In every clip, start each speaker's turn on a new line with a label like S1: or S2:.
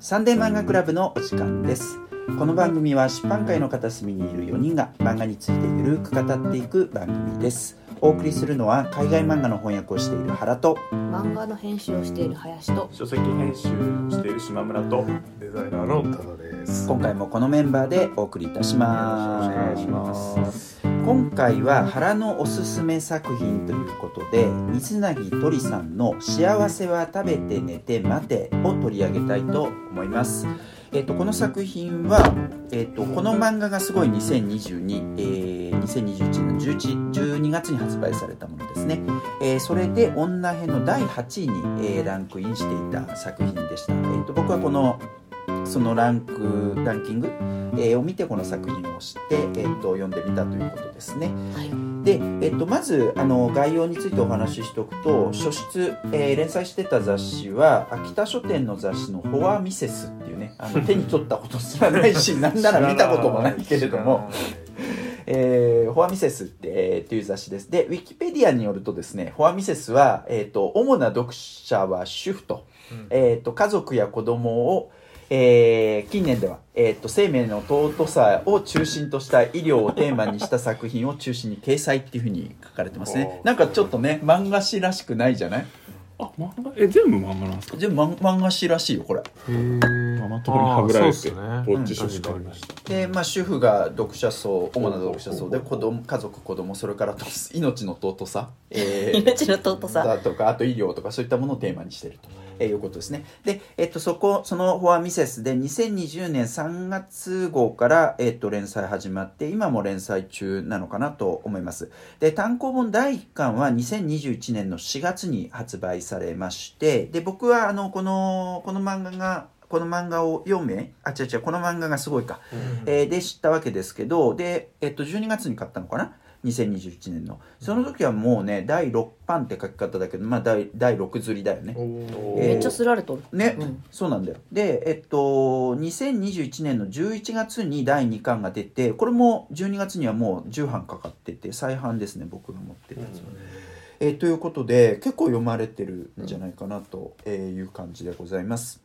S1: サンデー漫画クラブのお時間ですこの番組は出版界の片隅にいる4人が漫画についてゆるく語っていく番組ですお送りするのは海外漫画の翻訳をしている原と
S2: 漫画の編集をしている林と
S3: 書籍編集している島村と
S4: デザイナーの多田です。
S1: 今回もこのメンバーでお送りいたします
S4: よろしくお願いします。
S1: 今回は原のおすすめ作品ということで水薙鳥さんの「幸せは食べて寝て待て」を取り上げたいと思います。えっとこの作品は、えっとこの漫画がすごい2022、えー2021年11 12月に発売されたものですね、えーそれで女編の第8位に、えーランクインしていた作品でした、えっと僕はこのそのランクランキング、えーを見てこの作品を知って、えっと読んでみたということですね
S2: はい
S1: で、えっと、まずあの概要についてお話ししておくと書室、えー連載してた雑誌は秋田書店の雑誌の「フォアミセス」っていうねあの手に取ったことすらないしなんなら見たこともないけれども「えー、フォアミセスって」えーっていう雑誌ですでウィキペディアによるとですね「フォアミセスは」えっと主な読者は主婦と,、
S4: うん
S1: えっと家族や子供をえー近年では、えっと生命の尊さを中心とした医療をテーマにした作品を中心に掲載っていうふうに書かれてますね
S4: おー
S1: なんかちょっとね漫画誌らしくないじゃない
S3: あ漫画え全部漫画なんですか
S1: でも漫漫画誌らしいよこれ
S4: へー
S3: あまあ特にはぐられて
S4: あー
S3: ポ
S4: そう
S3: ッ
S4: っ
S3: チ
S4: す
S3: 書
S4: ね
S3: しかありました
S1: で、まあ、主婦が読者層主な読者層で
S4: ほう
S1: 子供家族子供それからと命の尊さ、 えー
S2: 命の尊さ
S1: だとかあと医療とかそういったものをテーマにしていると、えーいうことですねで、えっとそこその「フォアミセス」で2020年3月号から、えっと連載始まって今も連載中なのかなと思いますで単行本第1巻は2021年の4月に発売されましてで僕はあのこのこの漫画がこの漫画を4名あ違う違うこの漫画がすごいかえーで知ったわけですけどで、えっと、12月に買ったのかな2021年のその時はもうね第6版って書き方だけど、まあ、第第6釣りだよね
S4: お
S1: えー
S2: めっちゃすられとる
S1: ね、
S2: うん
S1: そうなんだよでえっと2021年の11月に第2巻が出てこれも12月にはもう10版かかってて再版ですね僕が持ってるやつは、えーということで結構読まれてるんじゃないかなとえーいう感じでございます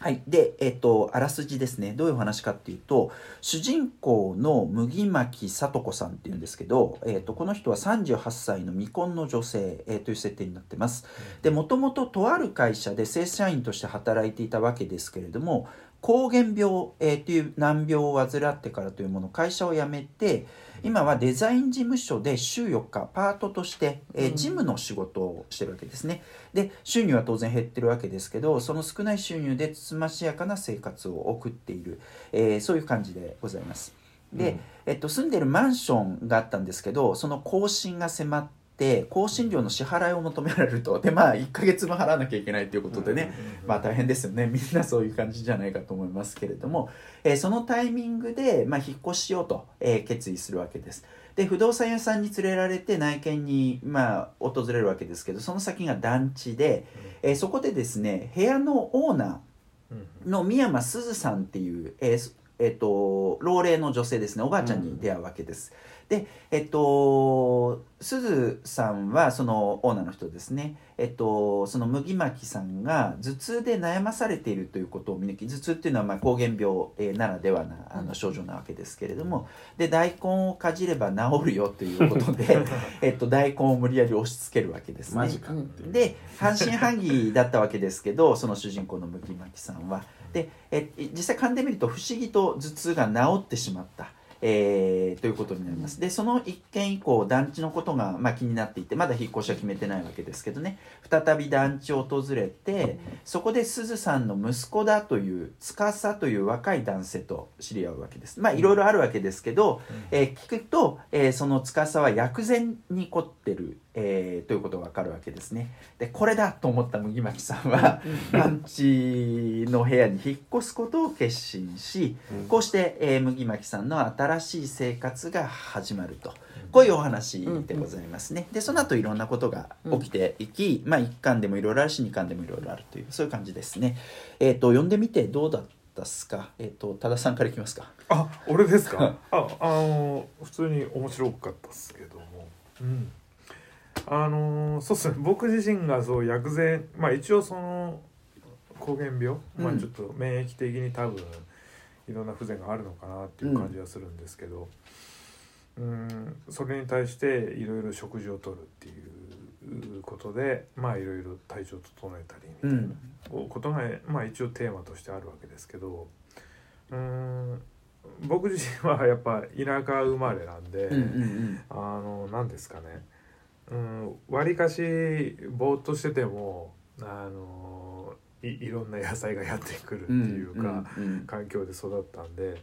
S1: はい、で、えっと、あらすじですねどういうお話かっていうと主人公の麦巻聡子さんっていうんですけど、えっと、この人は38歳の未婚の女性、えーという設定になってますでもともととある会社で正社員として働いていたわけですけれども膠原病、えーという難病を患ってからというもの会社を辞めて今はデザイン事務所で週4日パートとして、えー
S2: うん
S1: 事務の仕事をしてるわけですねで収入は当然減ってるわけですけどその少ない収入でつつましやかな生活を送っている、えーそういう感じでございますで、えっと、住んでるマンションがあったんですけどその更新が迫って更新料の支払いを求められるとでまあ1ヶ月分払わなきゃいけないということでね、まあ大変ですよね みんなそういう感じじゃないかと思いますけれども、えーそのタイミングで、まあ、引っ越ししようと、えー決意するわけですで不動産屋さんに連れられて内見に、まあ、訪れるわけですけどその先が団地で、えーそこでですね部屋のオーナーの宮間すずさんっていう、えーすえっと老齢の女性ですねおばあちゃんに出会うわけです。でえっとすずさんはそのオーナーの人ですね、えっと、その麦巻さんが頭痛で悩まされているということを見抜き頭痛っていうのはまあ膠原病、えーならではなあ
S2: う
S1: の
S2: ん
S1: 症状なわけですけれども、で大根をかじれば治るよということ で、えっと、大根を無理やり押し付けるわけですね。
S3: マジか
S2: うん
S1: で半信半疑だったわけですけど その主人公の麦巻さんはでえ実際噛んでみると不思議と頭痛が治ってしまった、えーということになりますでその一件以降団地のことが、まあ、気になっていてまだ引っ越しは決めてないわけですけどね再び団地を訪れてそこで鈴さんの息子だという司という若い男性と知り合うわけですまあいろいろあるわけですけど、えー聞くと、えーその司は薬膳に凝ってる、えーということがわかるわけですねでこれだと思った麦巻さんは団地の部屋に引っ越すことを決心しこうして、えー麦巻さんの新しい生活が始まるとこういうお話でございますね、でその後いろんなことが起きていき、まあ1巻でもいろいろあるし2巻でもいろいろあるというそういう感じですねえっ、と読んでみてどうだったっすかえっ、と多田さんからいきますか
S4: あ、俺ですか。あ、あの普通に面白かったですけども。うん。あのそうっすね。僕自身がそう薬膳、まあ一応その膠原病、ま
S1: う
S4: あ
S1: ん
S4: ちょっと免疫的に多分いろんな不全があるのかなっていう感じはするんですけど、うん、それに対していろいろ食事をとるっていうことでまあいろいろ体調を整えたりみたいな。ことが、まあ、一応テーマとしてあるわけですけどうーん僕自身はやっぱ田舎生まれなんで、
S1: うんうん
S4: あの何ですかねうんわりかしぼーっとしててもあのいいろんな野菜がやってくるって
S1: うん
S4: いうか、
S1: うんうん
S4: 環境で育ったんで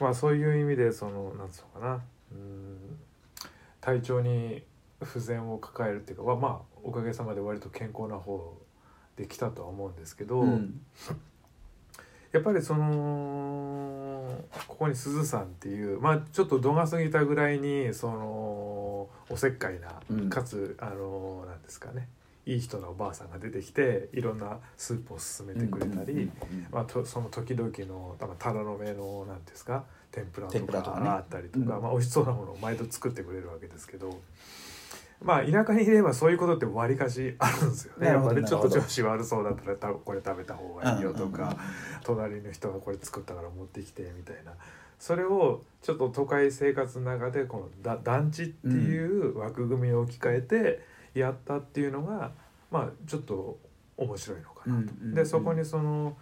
S4: まあそういう意味でそのなんつうのかなうん体調に不全を抱えるっていうかはまあおかげさまで割と健康な方で来たとは思うんですけど、
S1: うん
S4: やっぱりそのここに鈴さんっていうまあちょっと度が過ぎたぐらいにそのおせっかいな、
S1: うん
S4: かつあのなんですかねいい人のおばあさんが出てきていろんなスープを勧めてくれたり。
S1: うんうんうん
S4: まあ、とその時々の多分タラの芽のなんていうんですか天ぷらと
S1: 天ぷらと
S4: か
S1: かね
S4: あったりと
S1: う
S4: か
S1: ん
S4: まあ、美味しそうなものを毎度作ってくれるわけですけど。まあ田舎にいればそういうことって割りかしあるんですよね。
S1: な
S4: や
S1: る
S4: っ
S1: ほ
S4: ぱ
S1: ど
S4: りちょっと
S1: なるほど
S4: 調子悪そうだったらたこれ食べた方がいいよとか、隣の人がこれ作ったから持ってきてみたいなそれをちょっと都会生活の中でこのだ団地っていう枠組みを置き換えてやったっていうのが、まあちょっと面白いのか
S1: うん
S4: な
S1: う
S4: と
S1: んうん
S4: でそこにその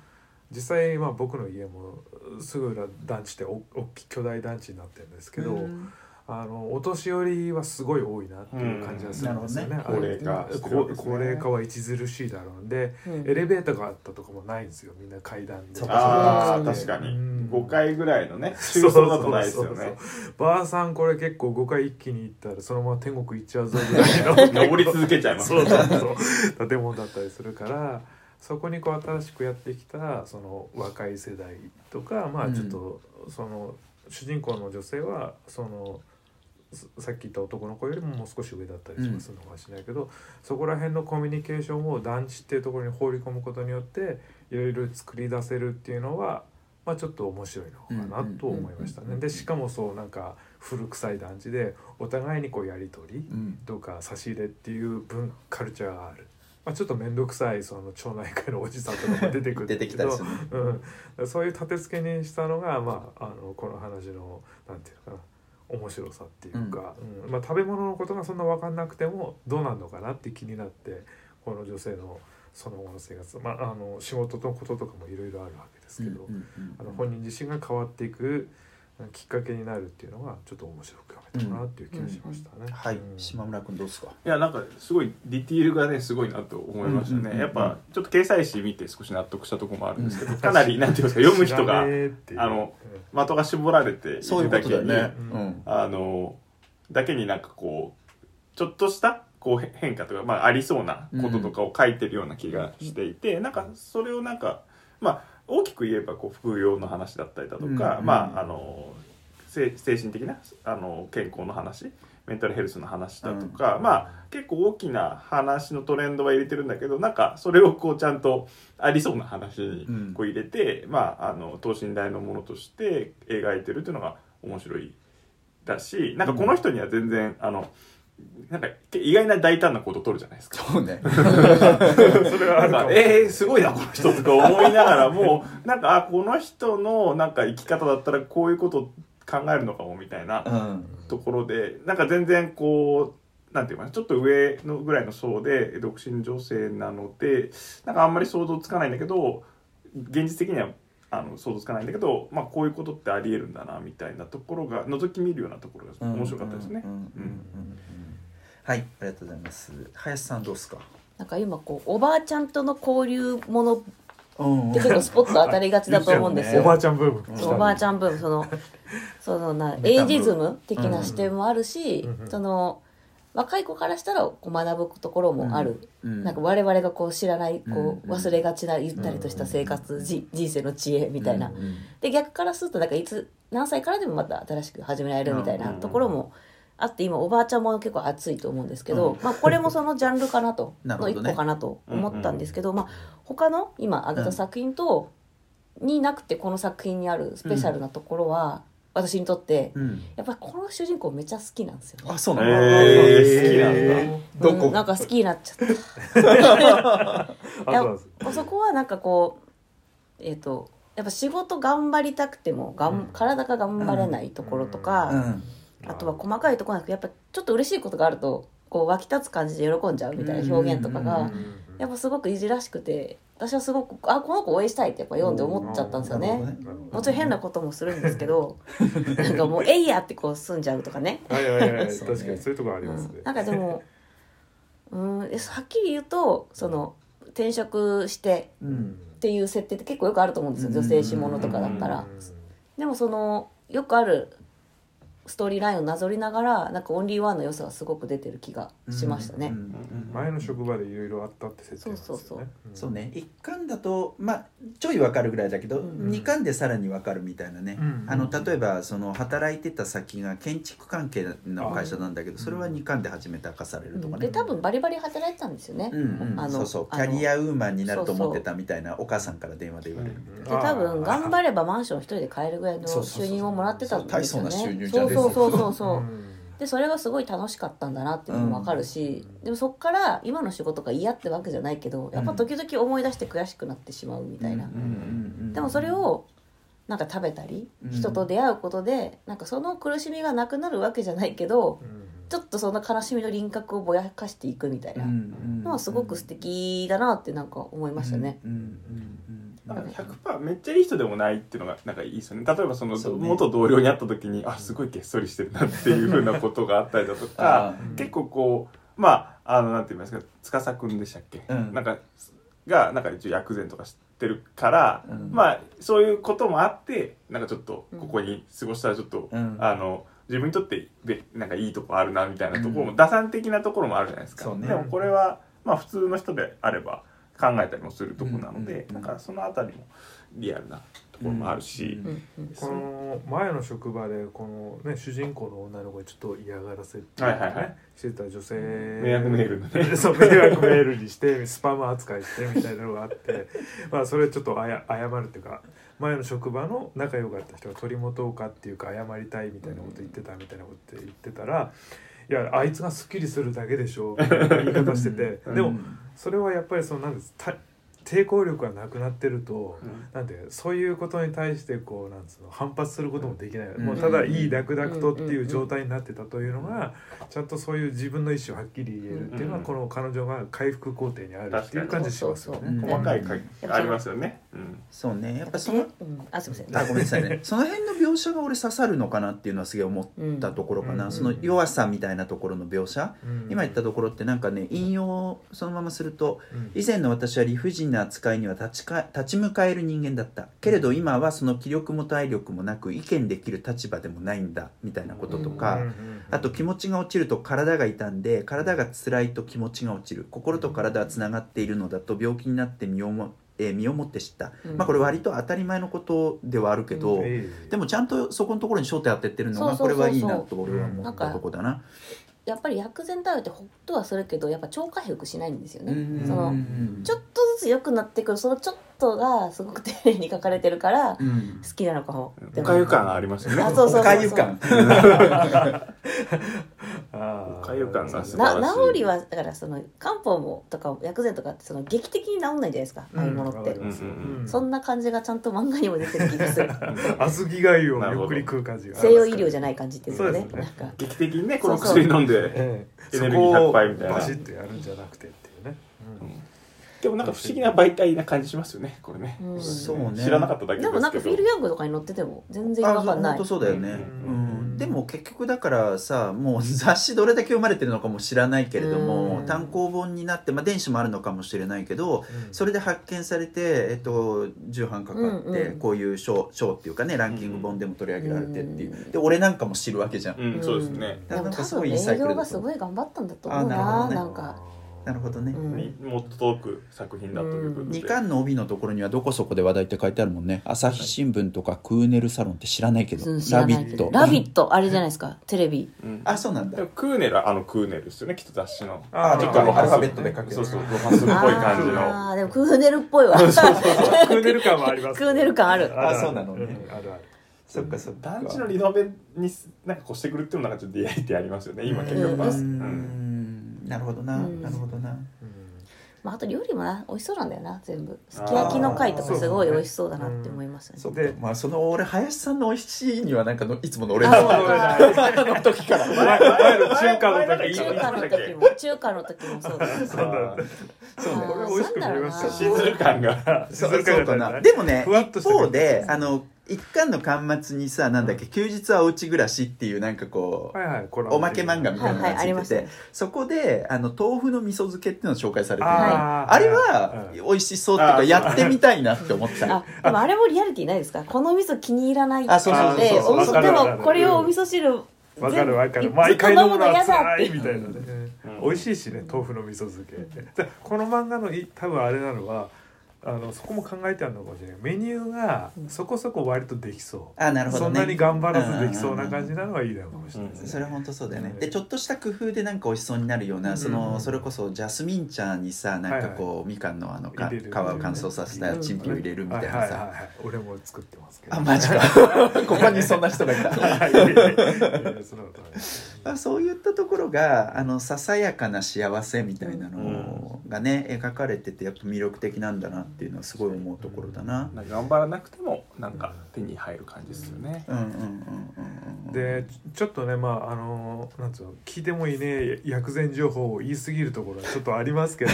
S4: 実際まあ僕の家もすぐ裏団地ってお大きい巨大団地になってるんですけど、
S1: うん
S4: あのお年寄りはすごい多いなっていう感じがするんですよ
S1: うんな
S4: ね
S1: る。
S4: あ
S3: 高齢化
S4: の
S3: してるわ
S4: こ
S3: けですね
S4: 高齢化は著しいだろうんで、エレベーターがあったとかもないんですよみんな階段で。
S1: そう
S3: ああ
S1: そう
S3: 確かに
S4: うん
S3: 5回ぐらいのね
S4: そう
S3: 中
S4: そうそう
S3: 層だとないですよね
S4: ばあさんこれ結構5回一気に行ったらそのまま天国行っちゃうぞぐらいの
S3: 登り続けちゃいます
S4: そうそうそう建物だったりするからそこにこう新しくやってきたその若い世代とかまあ
S1: うん
S4: ちょっとその主人公の女性はそのささっき言った男の子よりももう少し上だったりしますのかもしれないけど、そこら辺のコミュニケーションを団地っていうところに放り込むことによっていろいろ作り出せるっていうのは、まあ、ちょっと面白いのかなと思いました
S1: うんうんうんう
S4: ね。
S1: ん
S4: でしかもそうなんか古臭い団地でお互いにこうやり取り、
S1: うん
S4: とか差し入れっていう文カルチャーがある、まあ、ちょっと面倒くさいその町内会のおじさんとかも出てくるんだ
S1: 出て
S4: け
S1: きたり
S4: ど
S1: するね
S4: うん、そういう立て付けにしたのが、まあ、あのこの話のなんていうのかな面白さっていうか、うんまあ、食べ物のことがそんな分かんなくてもどうなんのかなって気になってこの女性のその後の生活、まあ、あの仕事のこととかもいろいろあるわけですけど、
S1: うんうんうん
S4: あの本人自身が変わっていくうんきっかけになるっていうのがちょっと面白く読めたかなっていう気がしましたね。、
S1: はいう
S4: ん
S1: 島村君どうですか。
S3: いやなんかすごいディティールがねすごいなと思いましたね、
S1: うんうんうんうん
S3: やっぱちょっと掲載誌見て少し納得したところもあるんですけど、かなりなんていうんですか読む人があの、的が絞られている
S1: そういうこ
S3: だ
S1: と
S3: け
S1: だ
S3: に
S1: よね。
S4: う
S1: うんん。
S3: あのだけになんかこうちょっとしたこうへ変化とか、まあ、ありそうなこととかを書いてるような気がしていて、なんかそれをなんかまあ大きく言えばこう副業の話だったりだと
S1: うん
S3: か、
S1: うん
S3: まああのせ精神的なあの健康の話メンタルヘルスの話だとか、
S4: うん
S3: まあ結構大きな話のトレンドは入れてるんだけどなんかそれをこうちゃんとありそうな話にこう入れて、まああの等身大のものとして描いてるっていうのが面白いだしなんかこの人には全然、あのなんか意外な大胆なことを取るじゃないですか。
S1: そう ね。
S4: それは
S3: な
S4: ある
S3: ん
S4: か
S3: か
S4: も
S3: えー、すごいなこの人とか思いながら もなんかあこの人のなんか生き方だったらこういうこと考えるのかもみたいな
S1: うん。
S3: ところでなんか全然こうなんていうかなちょっと上のぐらいの層で独身女性なのでなんかあんまり想像つかないんだけど現実的にはあの想像つかないんだけど、まあ、こういうことってありえるんだなみたいなところが覗き見るようなところが面白かったですね
S1: うん。うんうんうんはい、ありがとうございます。林さんどうですか。
S2: なんか今こうおばあちゃんとの交流ものっ
S1: うん
S2: て結構スポット当たりがちだと思うんです
S4: お
S2: よ。
S4: ばあちゃんブーム来たね
S2: そうおばあちゃんブームそのそのなエイジズム的な視点もあるし、
S4: うんうん
S2: その若い子からしたらこう学ぶところもある、
S1: うん
S2: なんか我々がこう知らないこ
S1: う
S2: うん
S1: うん
S2: 忘れがちなゆったりとした生活、じ人生の知恵みたいな、
S1: うん
S2: で逆からするとなんかいつ何歳からでもまた新しく始められるみたいな
S3: うん
S2: ところもあって今おばあちゃんも結構熱いと思うんですけど、まあ、これもそのジャンルかなと
S1: なる
S2: の
S1: ほ
S2: 一
S1: どね
S2: 個かなと思ったんですけど、まあ、他の今挙げた作品と、になくてこの作品にあるスペシャルなところは、私にとって
S1: うん、
S2: やっぱりこの主人公めっちゃ好きなんですよね
S1: あそう
S3: え
S1: なんだ、
S3: ー、好きなんだ
S1: どこ
S2: うんなんか好きになっちゃった
S4: あとはです
S2: そこはなんかこうえっ、とやっぱ仕事頑張りたくてもがん、
S4: うん
S2: 体が頑張れないところと
S1: う
S2: か、
S1: ん
S2: あとは細かいところなくやっぱちょっと嬉しいことがあるとこう湧き立つ感じで喜んじゃうみたいな表現とかが、
S1: うんうん
S2: やっぱすごくいじらしくて私はすごくあこの子応援したいってやっぱ読んで思っちゃったんですよ
S1: なる
S2: ね
S1: ほど。
S4: なるほど
S2: もちろん変なこともするんですけど なんかもう「えいや!」ってこう済んじゃうとかね
S4: はいはいはい、
S1: そうね
S4: 確かにそういうところありますね。
S2: うん、なんかでもうんえはっきり言うとその転職して
S1: う
S4: うんん
S2: っていう設定って結構よくあると思うんですよ女性誌ものとかだったら。でもそのよくあるストーリーラインをなぞりながらなんかオンリーワンの良さがすごく出てる気がしましたね。
S1: うん
S4: うん前の職場でいろいろあったって設定なんですよね。
S2: そうそうそう
S1: そうね一巻だとまあちょいわかるぐらいだけど、
S2: うん
S1: 二巻でさらにわかるみたいなね、
S4: うん
S1: あの例えばその働いてた先が建築関係の会社なんだけど
S4: あ
S1: それは二巻で初めて明かされるとか
S2: で
S1: ね、
S2: 多分バリバリ働いてたんですよね。
S1: うんうん
S2: あの
S1: そうそう
S2: あ
S1: キ
S2: の
S1: ャリアウーマンになると思ってたみたいなお母さんから電話で言われるみたいな。
S2: で多分頑張ればマンション一人で買えるぐらいの
S1: そうそうそう
S2: 収入をもらってたんですよ
S1: そう大
S2: ね。
S1: 層な収入じゃな
S2: そう
S1: いです
S2: そう
S1: か
S2: そうそうそうう。でそれがすごい楽しかったんだなっていうのも分かるし、
S4: うん
S2: でもそっから今の仕事が嫌ってわけじゃないけどやっぱ時々思い出して悔しくなってしまうみたいな、
S1: うんうんうんうん
S2: でもそれをなんか食べたり、
S1: うん
S2: 人と出会うことでなんかその苦しみがなくなるわけじゃないけどちょっとその悲しみの輪郭をぼやかしていくみたい
S1: うん
S2: な
S1: うん
S2: のはすごく素敵だなってなんか思いましたね。
S1: うんうんうん
S3: なんか100%めっちゃいい人でもないっていうのがなんかいいですよね例えばその
S1: そうね
S3: 元同僚に会った時に、あすごいげっそりしてるなっていうふうなことがあったりだと
S1: あ
S3: か
S1: ー
S3: 結構こうまああのなんて言いますか司くんでしたっけ、
S1: うん
S3: なんかがなんか一応薬膳とかしてるから、
S1: うん
S3: まあそういうこともあってなんかちょっとここに過ごしたらちょっと、
S1: うん
S3: あの自分にとってべなんかいいとこあるなみたいなところも、打算的なところもあるじゃないですか、
S1: そうね
S3: でもこれはまあ普通の人であれば考えたりもするところなので、
S1: うんうんうん
S3: なんかそのあたりもリアルなところもあるし、
S1: うん
S2: うん
S4: この前の職場でこのね主人公の女の子にちょっと嫌がらせっていう
S3: はい
S4: か
S3: はいは
S4: ね
S3: い
S4: してた女性
S3: 迷惑メールのね
S4: そう迷惑メールにしてスパム扱いしてみたいなのがあって まあそれちょっとあや謝るっていうか前の職場の仲良かった人が取り持とうかっていうか謝りたいみたいなこと言ってたみたいなこと言ってたら「いやあいつがすっきりするだけでしょ」みたいな言い方してて
S1: うん
S4: でもそれはやっぱりそのなんですた抵抗力がなくなってると。なんでそういうことに対してこうなんつうの反発することもできない、
S1: うん
S4: もうただいいダクダクとっていう状態になってたというのが、ちゃんとそういう自分の意思をはっきり言えるっていうのは、
S3: うん
S4: この彼女が回復工程にあるっていう感じしますよ
S2: 確
S1: かに
S4: ね。
S3: 細かい
S1: うん
S3: かありますよね、うん
S1: そうねやっぱそ
S2: その
S1: の
S2: うん、あすいません
S1: あごめんなさい ねその辺の描写が俺刺さるのかなっていうのはすげえ思ったところかな、
S4: うん
S1: その弱さみたいなところの描写、
S4: うん
S1: 今言ったところってなんかね引用をそのまますると
S4: うん
S1: 以前の私は理不尽な扱いには立ちか立ち向かえる人間だったけれど今はその気力も体力もなく意見できる立場でもないんだみたいなこととか、
S4: うんうん
S1: あと気持ちが落ちると体が痛んで体が辛いと気持ちが落ちる心と体はつながっているのだと病気になって身をも、えー身をもって知った、
S2: うん
S1: まあこれ割と当たり前のことではあるけど、
S2: うん
S4: ええ
S1: でもちゃんとそこのところに焦点当てってるの
S2: そ
S1: が
S2: うそ
S1: こ
S2: う
S1: れ
S2: そうそう
S1: はいいなと俺は思ったとこだな。
S2: やっぱり薬膳食べてほっとはするけどやっぱ超回復しないんですよね、
S1: うん
S2: そのちょっとずつ良くなってくるそのちょっとがすごく丁寧に書かれてるから好
S1: うん
S2: きなのかも、
S3: おかゆ感があります よね
S2: あそうそうそうそう
S1: おかゆ感
S4: あー
S3: おかゆ感がすごい
S2: な治りはだからその漢方もとか薬膳とかってその劇的に治んないじゃないですか、ああいうものって、
S4: うんわかりますよ
S3: うん
S4: うん
S2: そんな感じがちゃんと漫画にも出てる気がする
S4: 小豆がゆをゆっくり食う感じが
S2: 西洋医療じゃ
S4: ゃ
S2: ない感じっていうかね
S4: そうですね
S2: なんか
S3: 劇的にねこ
S2: そう
S3: の
S2: そう
S3: 薬飲んで
S4: ええ、
S3: エ
S4: そ
S3: ネルギー
S4: こ
S3: 100
S4: を
S3: 倍みたいな
S4: バシッとやるんじゃなくてっていうね、うん
S3: でもなんか不思議な媒体な感じしますよねこれね、
S2: うん
S1: そうね
S3: 知らなかっただけですけど
S2: でもなんかフィール・ヤングとかに乗ってても全然違和
S1: あ
S2: 感
S1: 本
S2: ない
S1: 当そうだよね、う
S4: うんん
S1: でも結局だからさもう雑誌どれだけ読まれてるのかも知らないけれども、
S2: うん
S1: 単行本になって、まあ、電子もあるのかもしれないけどそれで発見されて、えっと、重版かかっ
S2: うん
S1: て
S2: うん
S1: こういう賞賞っていうかねランキング本でも取り上げられてっていううんで俺なんかも知るわけじゃん。
S3: うん、
S2: うん
S3: そうですね、
S2: でも
S1: なんか
S2: 多
S1: すごい
S2: 分
S1: いい
S2: 営
S1: サイクルだと
S2: 業が
S1: 思
S2: す
S1: う
S2: ごい頑張ったんだと思
S1: あ
S2: う
S1: なるほ
S2: な
S1: どね
S2: なんか
S1: なるほどね
S2: うん
S3: にもっと遠く作品だということで、
S1: 2巻の帯のところにはどこそこで話題って書いてあるもんね朝日新聞とかクーネルサロンって知らないけど「
S2: うん知
S1: ラ
S2: ら
S1: ビ
S2: ないけ
S1: ッ
S2: ど
S1: ト」
S2: ラビットあれじゃないですかテレビ
S3: うん
S1: あそうなんだ
S3: でもクーネルはあのクーネルですよねきっと雑誌の
S4: あ
S1: ー
S3: ちょっと
S1: あの
S3: ハ
S1: アルファ
S3: ス
S1: ベットで書くやつ
S3: そうそうロハスっぽい感じ
S2: あ
S3: の
S2: ーでもクーネルっぽいわ
S4: そうそうそうクーネル感はあります
S2: クーネル感ある
S1: あそうなのね
S4: うんあるある
S1: そっかそっか
S3: 団地のリノベにすなんかこうしてくるっていうのもなんかちょっと出会いってありますよね今結局は、
S1: う
S2: うん
S1: んなるほどな、
S2: うん
S1: なるほどな
S2: まあ、あと料理もな美味しそうなんだよな全部すき焼きの貝とかすごい美味しそうだなって思いましたね
S1: そっか
S4: で
S1: まあその俺林さんの美味しいにはなんかのいつもの俺
S2: あ
S1: の
S2: わ かる
S1: あの時から
S4: 前前の中華の
S3: 前なんか
S4: 時
S3: 言い
S2: 中
S3: ま
S2: 華の
S3: した
S2: 時
S3: っけ
S2: も中華の時もそうだし
S1: そうね
S2: あー
S4: これ美味しくなりました
S2: そ
S3: シ
S2: うな
S3: ズ
S2: んだ
S3: ル感が
S1: そう
S4: 静か
S1: そう
S4: じ
S1: か
S4: ゃない
S1: なでもね
S4: ふわっと
S1: 一
S4: した感
S1: 方
S4: じ
S1: であの一巻の巻末にさなんだっけ、休日はおうち暮らしっていうなんかこう、
S4: はいはいコラボ
S1: おまけ漫画みたいなの
S2: はいはいあり
S1: が
S2: ま
S1: つ
S2: し
S1: いて
S2: た
S1: て、
S2: ね
S1: そこであの豆腐の味噌漬けっていうのを紹介されてる、
S4: あー
S1: あれは
S4: うん
S1: 美味しそうっていうか
S3: あー
S1: やってみたいなって思った
S2: あでもあれもリアリティないですかこの味噌気に入らない
S1: あそうそうそう
S2: で
S1: そう
S2: お味
S4: わか
S2: 噌で
S4: るわかる
S2: もこれをお味噌汁
S4: わかるわかる
S2: 全部
S4: 毎回飲む
S2: ずっと飲むの
S4: のは
S2: 嫌だっ
S4: 辛
S2: て
S4: いみたいなね、
S3: うん
S4: 美味しいしね豆腐の味噌漬けでこの漫画のい多分あれなのはあのそこも考えてあるのかもしれないメニューがそこそこ割とできそう、
S1: あなるほどね
S4: そんなに頑張らずできそうな感じなのはいいだろうかもしれないですね
S1: それは本当そうだよね、
S4: うん
S1: でちょっとした工夫でなんか美味しそうになるような、
S4: うん
S1: そのそれこそジャスミン茶にさなんかこう、みかんのあのか
S4: 入れる
S1: 皮を乾燥させた
S2: うん
S1: チンピを入れるみたいなさ、
S4: はいはいはい、俺も作ってますけど
S1: あマジかここにそんな人がいた
S4: はいいやいやいやそんなことないです
S1: まあ、そういったところがあのささやかな幸せみたいなのがね、描かれててやっぱ魅力的なんだなっていうのはすごい思うところだな。
S3: なんか頑張らなくてもなんか手に入る感じですよね、
S1: うんうんうんうんうん、
S4: でちょっとねまああのなんつうの聞いてもいいね薬膳情報を言い過ぎるところはちょっとあります けど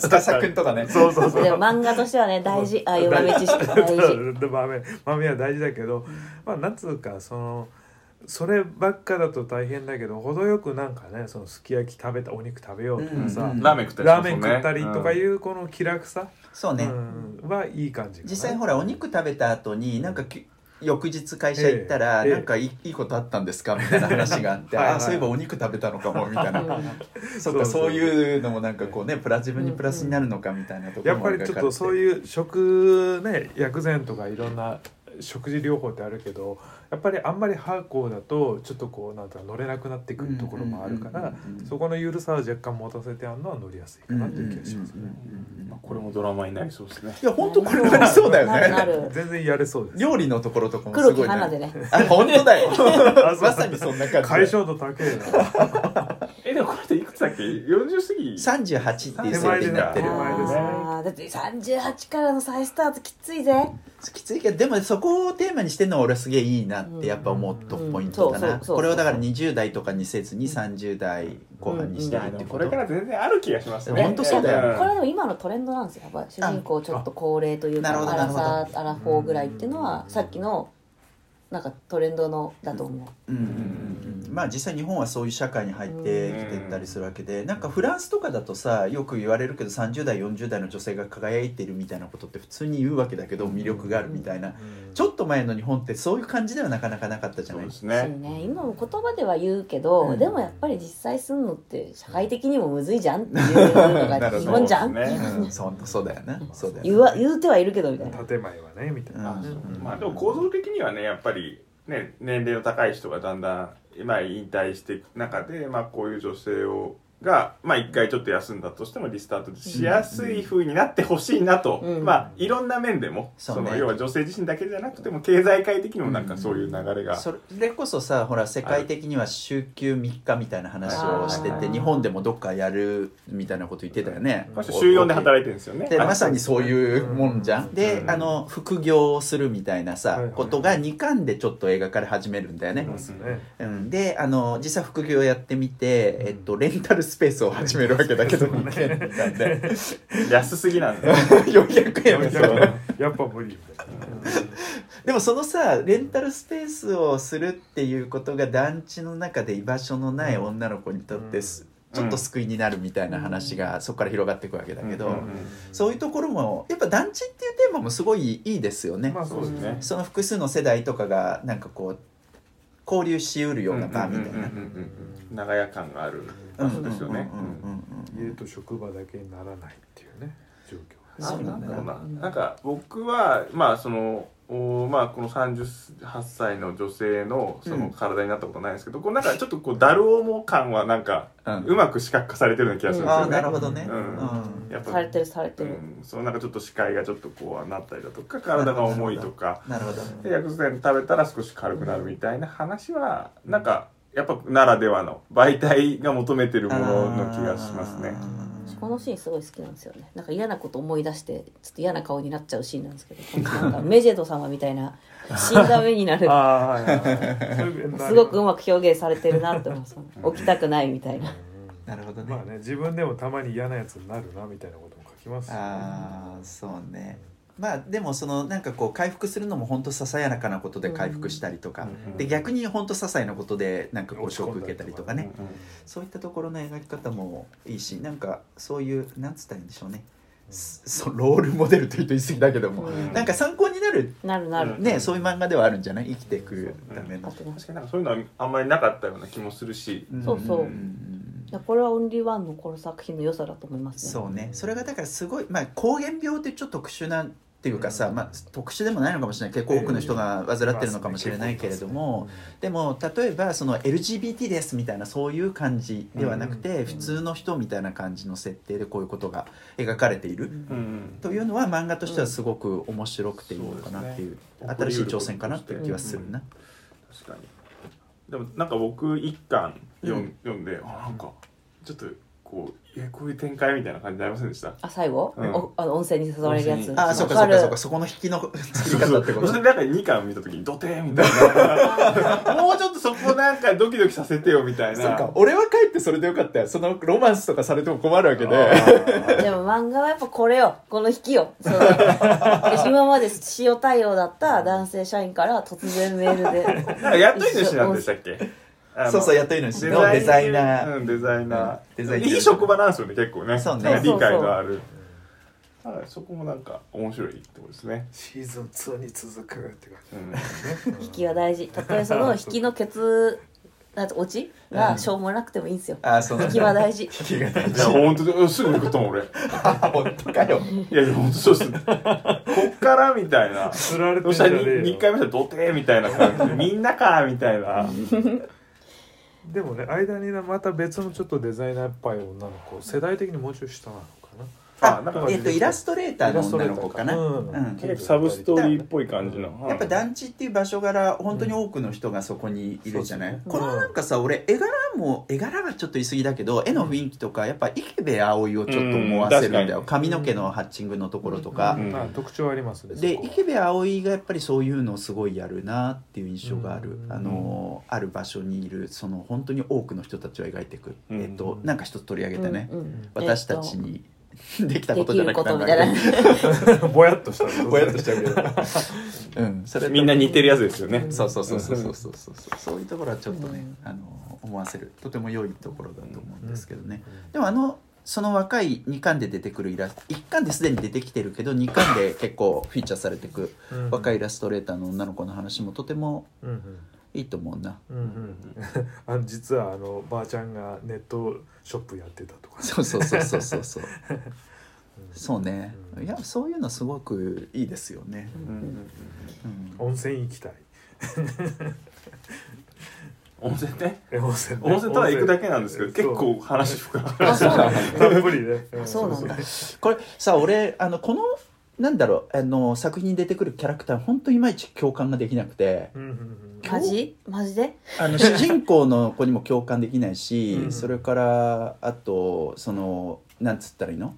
S1: 司くんとかね
S4: そうそうそう
S2: でも漫画としてはね大 事ああいう豆知識大事
S4: 豆豆は大事だけど、まあなんつうかそのそればっかだと大変だけど程よくなんかねそのすき焼き食べたお肉食べようとかさ、
S1: うんうん
S3: ラーメン食ったりし
S4: ラー
S3: ます
S4: メ
S3: もん
S4: ン
S3: ね
S4: 食ったりとかいうこの気楽さ、
S1: そう
S4: う
S1: ね、
S4: んはいい感じかな
S1: 実際ほらお肉食べた後になんかき翌日会社行ったら、
S4: ええ
S1: なんかいいいいことあったんですかみたいな話があって
S4: はいはい
S1: あそういえばお肉食べたのかもみたいな、そっ
S4: そ
S1: か
S4: うそう
S1: そういうのもなんかこうねプラ自分にプラスになるのかみたいなところ
S4: や
S1: も
S4: っぱりちょっとそう
S1: う
S4: いう食ね薬膳とかいろんな食事療法ってあるけどやっぱりあんまりハーコーだとちょっとこうなんか乗れなくなってくるところもあるから
S1: うんうんうんうん
S4: そこの緩さを若干持たせてあるのは乗りやすいかなという気がします
S1: うんうん
S4: ね。
S3: まあ、これもドラマになりそうですね
S1: いや本当これなりそうだよね
S2: なるなる
S4: 全然やれそうです。
S1: 料理のところとかもす
S2: 黒
S1: ご
S2: 木
S1: いね
S2: 花でね
S1: あ本当だ よ
S4: あそう
S1: まさにそんな感じ
S4: 解消度高いな。
S3: えでもこれっていくつだっけ40過ぎ
S1: 38っていう設定になっ
S2: あ
S1: てる
S4: 手前ですね
S2: ーだって38からの再スタートきついぜ
S1: きついけどでもそこをテーマにしてるのは俺はすげえいいなってやっぱ思うとポイントだ
S2: うん
S1: な
S2: うんそうそうそう
S1: これをだから20代とかにせずに30代後半にし
S3: い
S1: て
S3: や
S1: るっ
S3: で
S1: て
S3: も
S1: こ
S3: ことれから全然ある気がしますね
S1: 本当そうだよ
S2: いやこれでも今のトレンドなんですよやっぱり主人公ちょっと高齢という
S1: あなる
S2: か
S1: ほど
S2: ア
S1: な
S2: ラ
S1: るほど
S2: サーアラフォーぐらいっていうのはさっきのなんかトレンドのだと思う
S1: うんうんうんうんまあ実際日本はそういう社会に入ってきてったりするわけでなんかフランスとかだとさよく言われるけど30代40代の女性が輝いてるみたいなことって普通に言うわけだけど魅力があるみたいなちょっと前の日本ってそういう感じではなかなかなかったじゃ
S3: そう
S1: ない
S3: です
S2: そう
S3: ね
S2: ね今も言葉では言うけど、
S1: うん
S2: でもやっぱり実際すんのって社会的にもむずいじゃんっていうの
S1: なるほ
S2: が
S1: ど
S2: 日本じゃん、
S3: そうですね
S1: うんそうそうだよねそうだよね
S2: 言わ言うてはいるけどみたいな
S4: 建前はねみたいな。
S1: うん
S4: うん
S3: まあでも構造的にはねやっぱりね年齢の高い人がだんだん、まあ、引退していく中で、まあ、こういう女性をがまあ一回ちょっと休んだとしてもリスタートしやすい風になってほしいなと、
S2: うん
S3: まあいろんな面でも
S1: そう
S3: そ,、
S1: ね
S3: の要は女性自身だけじゃなくても経済界的にもなんかそういう流れが、
S1: それこそさほら世界的には週休3日みたいな話をして
S2: は
S1: て
S2: い
S1: 日本でもどっかやるみたいなこと言ってたよね
S3: この人週4で働いてるんですよね
S1: で
S3: あ
S1: まさにそういうもんじゃ
S4: うんん
S1: で
S3: うん
S1: あの副業をするみたいな
S4: はい
S1: さ
S4: はい
S1: ことが2巻でちょっと映画から始めるんだよね
S3: うん
S4: ですね。
S1: うんであの実際副業やってみてえっとレンタルスペースを始めるわけだけど
S4: そうね
S1: 2巻みたい で
S3: 安すぎなんで
S1: 400円みたいな
S4: やっぱ無理みたい
S1: でもそのさレンタルスペースをするっていうことが団地の中で居場所のない女の子にとってす、ちょっと救いになるみたいな話がそこから広がっていくわけだけど、
S3: うんうん
S4: な。
S1: そういうところもやっぱ団地っていうテーマもすごいいいですよね、
S4: まあそうですね。
S1: その複数の世代とかがなんかこう交流しうるような場みたいな。
S3: うんうんうんうん長屋感がある場所ですよね
S1: うんうんうんうんうん
S4: 家と職場だけに ならないっていうね状況
S1: そうなんだ
S3: なんか僕はまあそのおまあ、この38歳の女性のその体になったことないんですけど、こうなんかちょっとこうダルオモ感はなんか
S1: うん
S3: うまく視覚化されてるような気がするんです
S1: あ
S3: よ
S1: あ
S3: ね。
S1: なるほどね、
S3: う
S1: うんん
S3: やっぱ
S2: されてるされて
S3: う
S2: る、
S3: ん、そのなんかちょっと視界がちょっとこうなったりだとか体が重いとか
S1: なるほど
S3: で薬膳食べたら少し軽くなるみたいな話はなんかやっぱならではの媒体が求めてるものの気がしますね。
S2: このシーンすごい好きなんですよねなんか嫌なこと思い出してちょっと嫌な顔になっちゃうシーンなんですけどなんかメジェド様みたいな死んだ目になる
S4: ああはいはいはいそういう面も あ
S2: す
S4: りま
S2: ごくうまく表現されてるなって思います起きたくないみたいな
S4: うん
S1: なるほどね
S4: まあね自分でもたまに嫌なやつになるなみたいなことも書きますよね
S1: ああそうねまあでもそのなんかこう回復するのも本当ささやかなことで回復したりとか、
S4: うん
S1: で逆に本当些細なことでなんかこうショック受けたりとかね、
S3: うん
S1: そういったところの描き方もいいしなんかそういうなんつったらいいんでしょうね、そ そロールモデルというと言い過ぎだけども、
S2: うん
S1: なんか参考になる
S2: なるなる、
S1: ね、そういう漫画ではあるんじゃない生きていくための
S2: あ。となんか
S3: 確かになんかそういうのはあんまりなかったような気もするし、
S1: ん
S2: そうそうん
S1: ん
S2: いやこれはオンリーワンのこの作品の良さだと思いますね
S1: そうねそれがだからすごいまあ膠原病ってちょっと特殊なっていうかさ、まあ、特殊でもないのかもしれない結構多くの人が患ってるのかもしれないけれども、でも例えばその LGBT ですみたいなそういう感じではなくて、
S4: うん
S1: 普通の人みたいな感じの設定でこういうことが描かれている、
S2: ん
S3: うん
S1: というのは漫画としてはすごく面白くていいのかなっていう,、
S3: そうです
S1: 新
S3: ね
S1: しい挑戦かなっていう気はするな。
S3: 確かにでもなんか僕一巻読ん,、
S1: うん
S3: 読んであなんかちょっとこうえこういう展開みたいな感じになりませんでした
S2: あ最後、
S3: うん
S2: おあの温泉に誘われるや
S3: 温泉
S2: つ
S3: に
S1: ああそうかそうかそうかそこの引きの作り方ってこ
S3: そ
S1: と
S3: れでなんか2巻見た時にドテーンみたいなもうちょっとそこなんかドキドキさせてよみたいな
S1: そうか俺は帰ってそれでよかったよそのロマンスとかされても困るわけで
S4: あ
S2: でも漫画はやっぱこれよこの引きよ そう今まで塩対応だった男性社員から突然メールで
S3: なんか雇い主なんでしたっけあの
S1: そうそう雇い主のデザイナー
S3: うんデザイナー,、
S1: デザイナー
S3: いい職場なんですよね結構ね
S1: そうね
S3: なんか理解があるだからそこもなんか面白いってことですね、
S4: シーズン2に続くって 感
S3: うん
S4: じね
S2: 引きは大事たとえその引きのケツなんて落ちがしょうもなくてもいいんですよ
S1: ああそうなんだ
S2: 引きは大事
S1: 引きが大
S3: いや
S1: 事
S3: 本当にすぐ行くと思う俺
S1: 本当かよ
S3: いや、ほんとそうっす。こっからみた いな。
S4: 釣られて
S3: そ
S4: ん
S3: し
S4: じ
S3: た
S4: ゃ
S3: ら
S4: ねえよ
S3: 2回目したらドテーみたいな感じで、みんなかみたいな。
S4: でもね間にねまた別のちょっとデザイナーっぽい女の子世代的にもうちょい下なのかな
S1: あ
S3: なんか
S1: えっとイラストレーターの女の子かな、
S4: イラストレーターか
S1: うん
S3: 結構サブストーリーっぽい感じの。
S1: やっぱ団地っていう場所柄本当に多くの人がそこにいるじゃない、
S4: うん
S1: このなんかさ俺絵柄も絵柄はちょっと言い過ぎだけど絵の雰囲気とかやっぱ池部葵をちょっと思わせるんだよ、
S3: うん
S1: 髪の毛のハッチングのところとか、
S3: うん
S4: まあ特徴ありますね
S1: で
S4: そこは
S1: 池部葵がやっぱりそういうのをすごいやるなっていう印象がある、
S4: うん
S1: あのある場所にいるその本当に多くの人たちを描いていく、
S3: うん
S1: えっとなんか一つ取り上げてね、
S2: うんうん
S1: 私たちにできた
S2: で
S1: こと
S2: き
S1: じゃな
S2: る
S1: く
S2: こ
S1: て
S2: とみたいな
S4: ぼやっとした の
S1: ぼやっとしちゃうけどうんそれと
S3: みんな似てるやつですよね。
S1: そうそうそうそうそうそうそうそういうところはちょっとね、あの思わせるとても良いところだと思うんですけどね、でもあのその若い2巻で出てくるイラスト1巻ですでに出てきてるけど2巻で結構フィーチャーされてく
S4: うん
S1: 若いイラストレーターの女の子の話もとても
S4: うんうん
S1: いいと思うな。
S4: うんうん、 あの実はあのばあちゃんがネットショップやってたとか、
S1: そうそうそうそうそうそう。そうね
S4: う。ん
S1: いやそういうのすごくいいですよね。
S3: うん
S1: うん
S4: 温泉行きたい
S3: 温泉ね。
S4: え温泉ね、
S3: 温泉ただ行くだけなんですけど、
S4: 温泉
S3: 結構話深い。
S2: あ そうなんだ
S4: そうたっぷり ね、
S2: あそうなんだ
S1: これさ俺あのこのなんだろうあの作品に出てくるキャラクター本当いまいち共感ができなくて。
S4: うんうん うん
S2: マジマジで
S1: あの主人公の子にも共感できないし、
S4: うん
S1: それからあとそのなんつったらいいの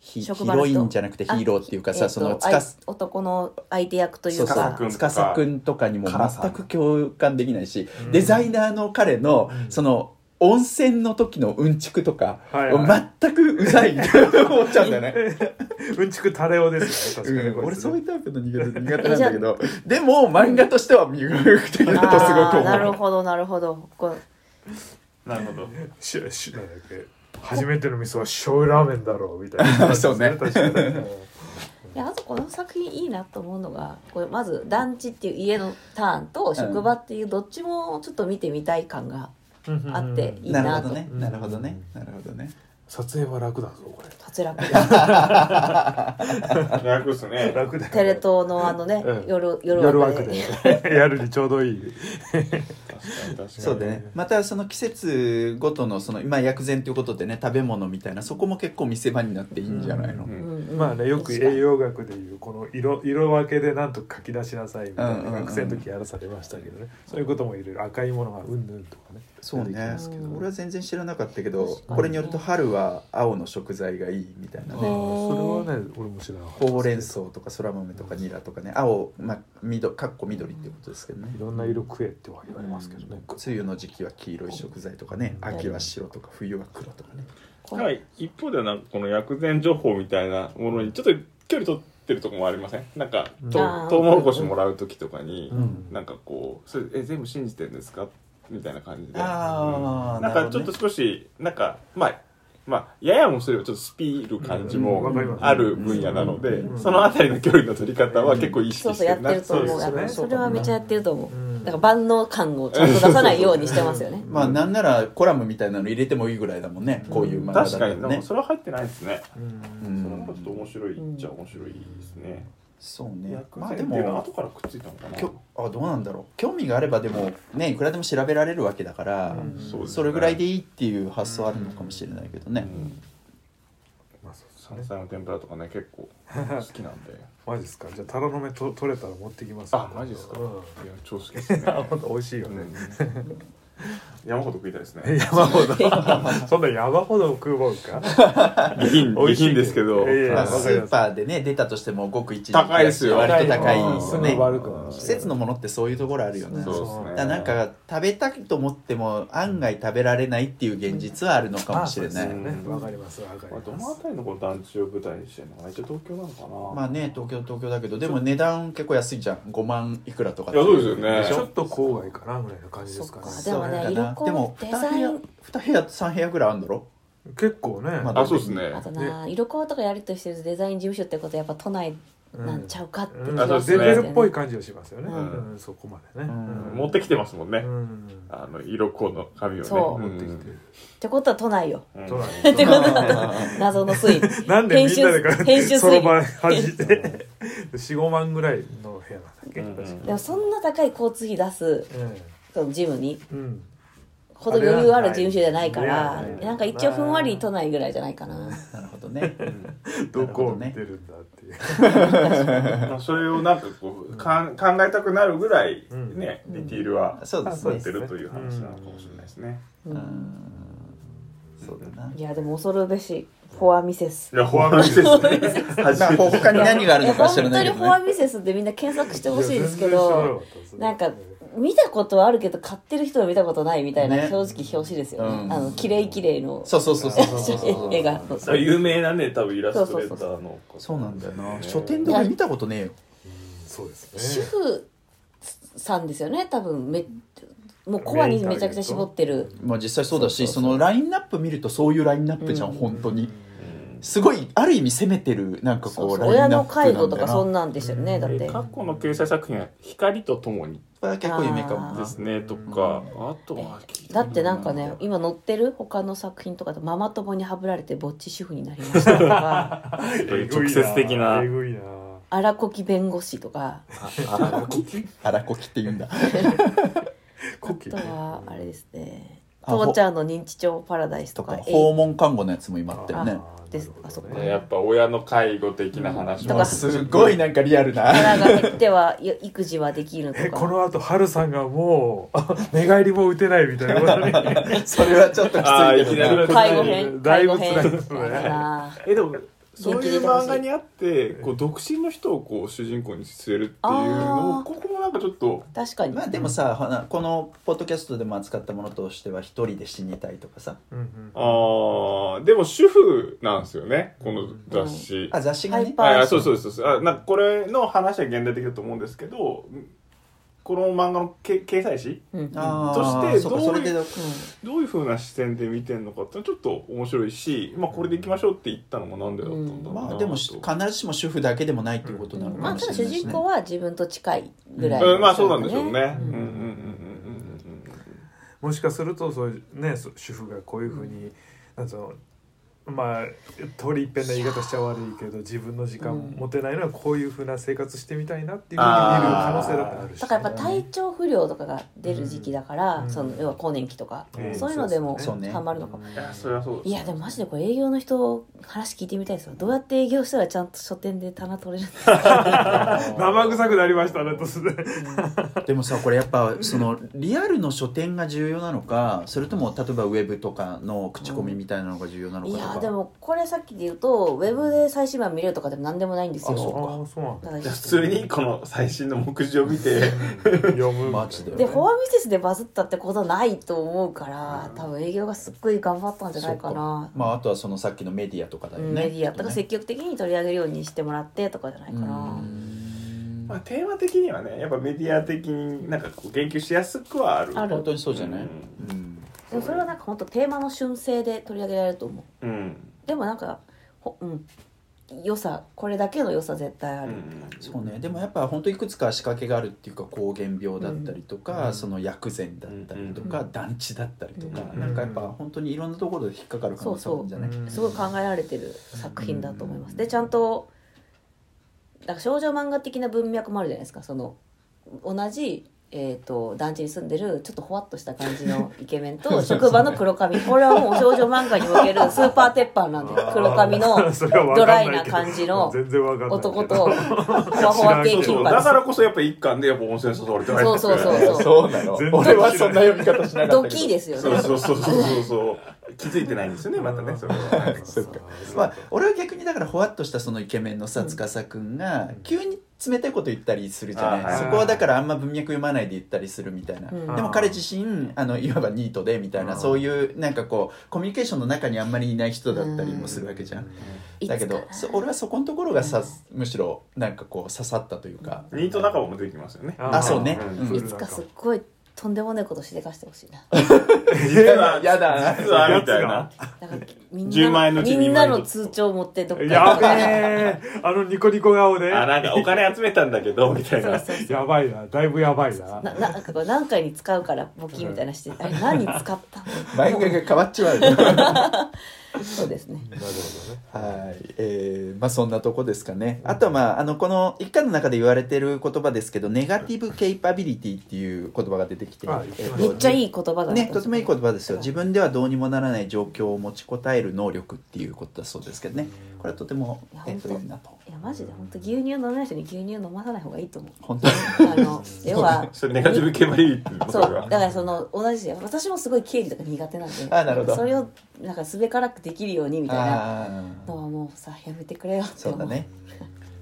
S1: ヒヒ
S2: 職場の
S1: ロ
S2: 人
S1: インじゃなくてヒーローっていうかさ、
S2: えっと
S1: そのつか
S2: あい男の相手役とい
S1: そうう
S3: 司
S1: さ
S2: か
S3: 君
S1: つかさくんとかにも
S3: カラさん
S1: 全く共感できないし、
S4: うん
S1: デザイナーの彼の、
S4: うん
S1: その温泉の時のうんちくとか、
S4: はいは
S1: 全くう ざい思っちゃうんだよね。
S4: うんちくタレオですよね確かに、
S1: うん、俺そういううタイプの苦手苦手なんだけど でも漫画としては魅力的だとすごく
S2: あーな
S1: 思
S2: る
S1: う
S2: ほどなるほどこう
S3: なるほど。
S4: ししなんだっけ初めての味噌は醤油ラーメンだろうみたい な
S1: そうね
S4: 確かに
S2: いやあとこの作品いいなと思うのがこれまず団地っていう家のターンと職場っていうどっちもちょっと見てみたい感が
S4: う ん
S2: あっていい
S1: なる
S2: な
S1: ほ
S2: と
S1: どねなるほどねなるほどね
S4: 撮影は楽だぞこれ
S2: 脱落だ
S3: 楽っすね。
S4: 楽だよ
S2: テレ東のあのね、
S4: うん
S2: 夜
S4: 夜
S2: 夜枠
S4: 枠
S2: で
S4: でやるにちょうどいい
S3: 確かに確かに。
S1: そうでね、またその季節ごとのその今薬膳ということでね食べ物みたいなそこも結構見せ場になっていいんじゃないの、
S3: う
S2: うんんうん
S4: まあねよく栄養学でいうこの色色分けでなんとか書き出しなさいみたい
S1: うんうん
S4: な
S1: うん
S4: 学生の時やらされましたけどねそういうこともいろいろ赤いものがうんぬんとかね
S1: そう
S4: 出てき
S1: ね
S4: ますけど
S2: うん
S1: 俺は全然知らなかったけど
S2: 確かに
S1: これによると春は青の食材がいいみたいな
S4: あ
S1: ね
S4: あ
S2: へー
S4: それはね俺も知らなかったです
S1: ほうれん草とかそら豆とかニラとかね青、まあ、緑かっこ緑っていうことですけどね
S4: いろんな色食えっては言われますけどね、
S1: 梅雨の時期は黄色い食材とかね
S4: うん
S1: 秋は白とか冬は黒とかね
S2: こ
S3: ただ
S2: れ
S3: 一方ではなんかこの薬膳情報みたいなものにちょっと距離取ってるとこもありませんなんかと
S2: あー
S3: トウモロコシもらう時とかに、
S4: うん
S3: なんかこう「それえ全部信じてるんですか?」みたいな感じで
S1: あー
S3: なんかちょっと少しなんかまあまあ、ややもそれをちょっとスピる感じ
S4: うんわ
S3: も
S4: かります
S3: ある分野なので、
S4: うん
S3: そのあたりの距離の取り方は結構意
S2: そうそう
S3: 識して
S2: や
S3: る
S2: って
S3: な
S2: ると思う
S4: そうですね
S2: あのそれはめっちゃやってると思う、
S4: うん
S2: だから万能感をちゃんと出さないようにしてますよね
S1: まあなんならコラムみたいなの入れてもいいぐらいだもんねこういう漫画だ
S3: 確
S1: っ
S3: か
S1: た
S3: に、
S1: ら
S3: でも
S1: ね
S3: それは入ってないですね、
S4: うん
S1: うん
S3: それもちょっと面白いっちゃ面白いですね、
S1: そうね
S3: 薬
S1: まあ
S3: 膳っ
S1: で
S3: ていうのは
S1: も
S3: 後からくっついたのかな
S1: きょあどうなんだろう興味があればでもねいくらでも調べられるわけだから、
S4: うん
S3: そうですね
S1: それぐらいでいいっていう発想あるのかもしれないけどね、
S3: うん
S4: まあそうですね
S3: 山菜の天ぷらとかね結構好きなんで
S4: マジですかじゃあタラの芽と取れたら持ってきます
S3: あマジですか、
S4: う
S3: い
S4: ん
S3: や超好きですね、
S4: あ本当美味しいよ
S3: う
S4: ね、
S3: ん、山ほど食いたいですね
S4: 山ほど そんな山ほど食うもんか
S3: 美品
S4: 美
S3: 美
S4: 味しい
S3: 品ですけど、
S4: いやいや
S1: まあ、
S4: わかります
S1: スーパーでね出たとしてもごく一時
S3: 高いですよ
S1: 割と高い
S3: 高い
S1: よ
S3: よ
S1: ね
S3: すぐ
S4: 悪くなるし
S1: 季節のものってそういうところあるよね
S3: そ
S1: だか
S3: うですね
S1: らなんか食べたいと思っても案外食べられないっていう現実はあるのかもしれな
S4: あ
S1: い、
S4: そうですよね
S3: うん
S4: わかりますわかり
S3: まあ、ど
S4: ま
S3: の
S4: す
S3: 辺りのこの団地を舞台にしてるのかな一応東京なのかな、
S1: まあね東京東京だけどでも値段結構安いじゃん5万いくらとか
S3: いやそうですよね
S1: し
S4: ちょ
S1: ょ
S4: っと郊外かなぐらいの感じですか
S2: そっか
S4: ね
S2: でも
S1: そ
S2: ね
S1: うかな
S2: 色
S1: で
S2: 々
S1: も
S2: デザイン
S1: 2部屋2部屋3部屋ぐらいあるんだろ
S4: 結構ね、
S1: ま
S3: あそうですね
S2: あとな色川とかやりとしてるデザイン事務所ってことはやっぱ都内なんちゃうかって気
S4: うん、
S2: が
S3: あそうです
S4: 出
S2: る
S4: て
S2: んですよ
S4: る
S2: ね
S4: っぽい感じがしますよね、
S2: う
S4: うんんそこまでね、
S1: うん
S3: 持ってきてますもんね、
S4: うん
S3: あの色この髪をね
S2: そう
S4: 持ってきて、
S2: ってことは都内 よ
S3: うん
S4: トライ
S2: ってことは謎の推理
S4: なんでみんなで
S2: 編集編集水
S4: そろばん弾いて45万ぐらいの部屋なんだっ
S3: う
S4: け、
S3: ん
S4: 確か
S2: でもそんな高い交通費出すそのジムに
S4: うんうん
S2: ほど余裕ある事務所じゃないから
S4: あれはない
S2: なんか一応ふんわり都内ぐらいじゃないかな
S1: なるほどね、
S4: どこを見てるんだっていう、
S3: まあ、それをなんかこうかん考えたくなるぐらいね、ディティールは
S1: そうですね
S3: 凝ってるという話なのかもしれないですね、
S1: そうだない
S2: やでも恐るべしフォアミセス
S3: いやフォアミセスね初
S1: まあ
S3: めて
S1: 他に何がある
S2: いや
S1: のか
S2: 本
S1: 知
S2: 当
S1: ら
S2: に
S1: ないけど
S2: フォア
S1: ね
S2: ミセスってみんな検索してほしいですけ
S4: いや全然知らな
S2: ど
S4: かったそれ
S2: なんか見たことはあるけど買ってる人は見たことないみたいな
S1: ね
S2: 正直表紙ですよね
S1: うん
S2: あの綺麗綺麗の
S1: そうそうそうそうそうそうそう
S2: 絵がそう
S3: そう有名なね多分イラストレーターの方
S1: そうなんだよな書店とか見たことねえよ
S4: そうで
S2: 主
S4: すね
S2: 婦さんですよね多分めもうコアにめちゃくちゃ絞ってる
S1: まあ実際そうだし
S2: そう
S1: そ
S2: そうそう
S1: のラインナップ見るとそういうラインナップじゃん、
S2: うん
S1: 本当に
S3: うん
S1: すごいある意味攻めてるなんかこ
S2: そううそう
S1: ライ
S2: 親
S1: ンナ
S2: の
S1: ップな
S2: 介
S1: んだ
S2: 護
S1: よ
S2: と
S1: な
S2: かそんなんでしたよねだって
S3: 過去の掲載作品は「光とともに
S1: これは結構夢かも
S2: あー
S3: ですねとかあとは聞い
S2: だ
S3: た
S2: ってなんかね今載ってる他の作品とかで「ママ友にはぶられてぼっち主婦になりました」とか
S3: 直接的な
S4: えぐいな
S2: 「荒こき弁護士」とか
S3: あ
S1: 荒こきって言うんだ
S4: コ
S2: あ
S4: キ
S2: とはあれですね「
S1: あほ
S2: 父ちゃんの認知症パラダイス」
S1: と
S2: と
S1: か
S2: か
S1: 訪問看護のやつも今あったよね
S2: あですあそっか
S3: ねやっぱ親の介護的な話
S2: だか
S3: も
S1: もう
S2: ら
S1: すごいなんかリアルな
S2: 腹が減ってはよ育児はできる」
S4: え
S2: と
S4: こ
S2: か
S4: のあと春さんがもう 寝返りも打てないみたいなことに
S1: それはちょっときつ
S3: あー
S1: い
S3: いき
S1: け
S3: な
S1: ど
S3: り
S1: な
S2: 介護編
S4: だ
S2: 介
S4: い
S2: 護
S4: ぶ
S2: 編
S4: 辛いですね
S2: やだな
S3: えでもそういう漫画にあってこう独身の人をこう主人公に据えるっていうの
S2: あー
S3: もここもなんかちょっと
S2: 確かに、
S1: まあでもさほなこのポッドキャストでも扱ったものとしては一人で死にたいとかさ
S4: うんうん
S3: あーでも主婦なんですよねこの雑誌
S1: あ雑誌が
S2: ハ
S1: ね
S2: イパー
S3: ああそうそうそうそうあなんかこれの話は現代的だと思うんですけどこの漫画のけ掲載誌
S2: うん
S1: あー
S3: そして
S1: そうか
S3: どう
S1: それで
S3: どういうふうな視点で見てるのかってのはちょっと面白いし、まあ、これでいきましょうって言ったのもなんでだったんだろうなと、
S1: まあでもし必ずしも主婦だけでもないっていうことなの
S2: ま
S1: か
S2: あ
S1: も
S2: た
S1: し
S2: だ
S1: れ
S2: 主
S1: ないし
S2: 人
S1: ね
S2: 公は自分と近いぐらい、
S3: うん、まあそうなんでしょうね。
S2: うん
S3: うんうんうんうん
S4: もしかするとそういうねそ主婦がこういうふうに、なんつうのまあ通り一遍な言い方しちゃ悪いけど自分の時間持てないのはこういうふうな生活してみたいなっていうふうに見る可能性だってあるし、
S2: だからやっぱ体調不良とかが出る時期だから、
S4: うん
S2: その要は更年期とか、
S4: うん
S2: そういうのでも
S1: そうね
S2: ハマるのかも、
S3: いやそれはそうです
S2: いやでもマジでこれ営業の人話聞いてみたいですよどうやって営業したらちゃんと書店で棚取れるん ですか
S4: 生臭くなりましたね突然
S1: でもさこれやっぱそのリアルの書店が重要なのかそれとも例えばウェブとかの口コミみたいなのが重要なの
S2: い
S1: かとか、
S2: やでもこれさっきで言うとウェブで最新版見れるとかでも何でもないんです
S4: あそう
S2: よ
S4: かそうなんだ
S2: だから
S3: じゃあ普通にこの最新の目次を見て
S4: 読む
S1: マジで
S2: でフォアミセスでバズったってことはないと思うから多分営業がすっごい頑張ったんじゃないかな
S1: まああとはそのさっきのメディアとかだよ
S2: うん
S1: ね
S2: メディアとか積極的に取り上げるようにしてもらってとかじゃないかな
S1: うん
S3: まあ、テーマ的にはねやっぱメディア的になんかこう言及しやすくはある
S2: ある
S1: 本当にそうじゃない、
S3: う
S1: うん
S2: でもそれはなんか本当テーマの瞬生で取り上げられると思う
S3: うん、
S2: でもなんかほうん良さこれだけの良さ絶対あ
S3: う
S2: る、
S3: ん、
S1: そうねでもやっぱ本当いくつか仕掛けがあるっていうか膠原病だったりとか、
S4: うん
S1: その薬膳だったりとか、団地だったりとか、
S3: うん
S1: なんかやっぱ本当にいろんなところで引っかかる可能性あるんじゃない
S4: うん
S2: すごい考えられてる作品だと思います、でちゃんとなんか少女漫画的な文脈もあるじゃないですかその同じ、えー、と団地に住んでるちょっとほわっとした感じのイケメンと職場の黒髪これはもう少女漫画におけるスーパーテッパー なんで黒髪のドライな感じの男とほわほわ系金
S3: そうそう
S2: 髪
S3: だからこそやっぱ一巻でやっぱ温泉誘われてない
S2: そうそうそうそう
S1: そうなの
S4: 全然
S1: 俺はそんな読み方しなかったけど
S2: ドキーですよね
S3: そうそうそうそうそうそう気づいてないんですよねまたねそれは
S1: そうかまあ、俺は逆にだからほわっとしたそのイケメンのさ司くんが
S4: うん
S1: 急に冷たいこと言ったりするじゃ
S3: あ
S1: ない、
S3: はい
S1: そこはだからあんま文脈読まないで言ったりするみたいな、
S2: うん
S1: でも彼自身あのいわばニートでみたいな、
S4: うん
S1: そういうなんかこうコミュニケーションの中にあんまりいない人だったりもするわけじゃん、
S2: いつ
S1: だけど
S2: か
S1: そ俺はそこのところがさ、むしろなんかこう刺さったというか、
S3: ニート仲間もできますよね
S1: あそうね、う
S3: う
S1: んん
S2: いつかすっごいとんでもないことしでかしてほしいな
S1: やだ
S3: 実はみたい
S2: だ
S3: な
S2: からみん
S3: 10万
S2: なの
S3: 円のうち2
S2: み
S3: 万円
S2: んなの通帳持ってどっか
S4: や
S2: 行く
S4: べえあのニコニコ顔で
S3: あなんかお金集めたんだけどみたいな
S4: やばいなだいぶやばいな
S2: なななんかこれ何回に使うから募金みたいなしてあれ何に使っ たの
S1: 毎回が変わっちまう
S2: そうですね
S4: なるほどね
S1: はい、えーまあそんなとこですかね。あとはまああのこの一巻の中で言われてる言葉ですけど、ネガティブケイパビリティっていう言葉が出てきて、
S4: はい
S1: えーと
S2: めっちゃいい言葉だ
S1: ね、とてもいい言葉ですよ。
S2: はい
S1: 自分ではどうにもならない状況を持ちこたえる能力っていうことだそうですけどね。これはとても
S2: いや
S1: えーと
S2: 本当
S1: いいなと。
S2: いやマジで本当牛乳飲めない人に牛乳飲まさない方がいいと 思う
S1: 本当に。
S2: あの要 は
S3: それネガティブケバリー
S2: そうだからその同じですよ私もすごい経理とか苦手なんで
S1: あなるほど
S2: それをなんかすべからくできるようにみたいな
S1: ああ
S2: のはもうさやめてくれよって
S1: そ
S2: 思
S1: うだね。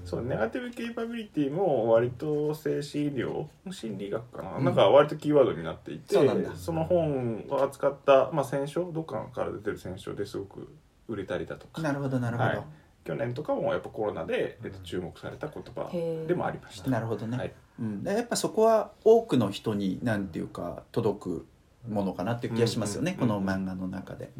S3: そうネガティブケイパビリティも割と精神医療心理学かな、なんか割とキーワードになっていて
S1: そうなんだ
S3: の本を扱った、まあ、選書どっかから出てる選書ですごく売れたりだとか
S1: なるほどなるほど。
S3: はい去年とかもやっぱコロナで、えっと、注目された言葉でもありました。
S1: なるほどね、
S3: はい
S1: うん、でやっぱそこは多くの人に何ていうか届くものかなっていう気がしますよね、
S3: うんうんうん
S1: この漫画の中で、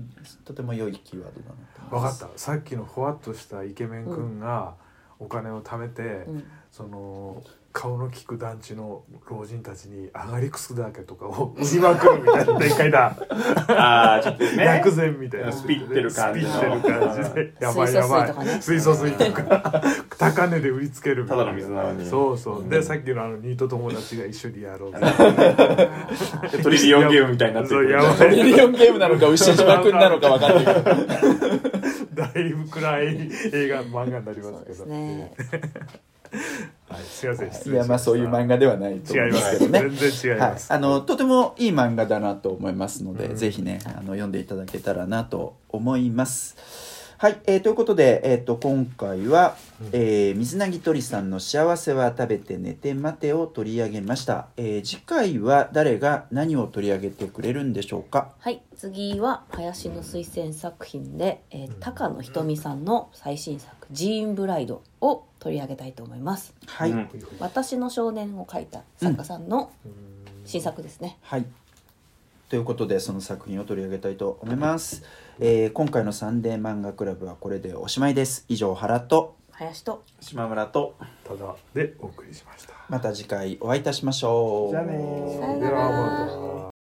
S1: とても良いキーワードだなと思い
S4: 分
S1: ま
S4: かっ
S1: す
S4: たさっきのふわっとしたイケメンくんがお金を貯めて、
S2: うん
S4: その顔の利く団地の老人たちに上がりくすだけとかを売りまくるみたいな展開だ
S3: ああ、ちょっと ね
S4: 薬。膳みたいな
S3: スピってる感じの
S4: スピってる感じでやばいやばい水
S2: 水
S4: 素水とか高値で売りつけるみ
S3: ただの水なのに。
S4: そうそうでさっきのあのニート友達が一緒にやろう
S3: でトリリオンゲームみたいになって
S4: そう
S3: る。
S4: やばい
S1: ミリオンゲームなのか牛島君なのか分かんないけど
S4: だいぶ暗い映画漫画になりま
S2: そう
S4: す
S2: で
S4: け
S2: す
S4: ど
S2: ね
S4: はい、すいませ
S1: い
S4: ん 失礼しました
S1: やまあそういう漫画ではないと思う
S4: 違い
S1: ん
S4: ま
S1: ですすけ
S4: けど
S1: ど
S4: ね
S1: ね
S4: 全然違い
S1: は
S4: ま
S1: い、
S4: す、
S1: あのとてもいい漫画だなと思いますので、
S4: うん
S1: ぜひねあの読んでいただけたらなと思います。はい、えーということで、えー、と今回は、えー水なぎ鳥さんの「幸せは食べて寝て待て」を取り上げました、えー次回は誰が何を取り上げてくれるんでしょうか
S2: はい次は林の推薦作品で、えー高野ひとみさんの最新作「ジーンブライド」を取り上げたいと思います
S1: はい、
S3: うん
S2: 私の少年を書いた作家さんの新作ですね、
S1: はいということでその作品を取り上げたいと思います、えー今回の「サンデー漫画クラブ」はこれでおしまいです以上原と
S2: 林と
S3: 島村と。
S4: ただでお送りしました
S1: また次回お会いいたしましょう
S3: じゃあねー
S2: さよなら
S4: ではまた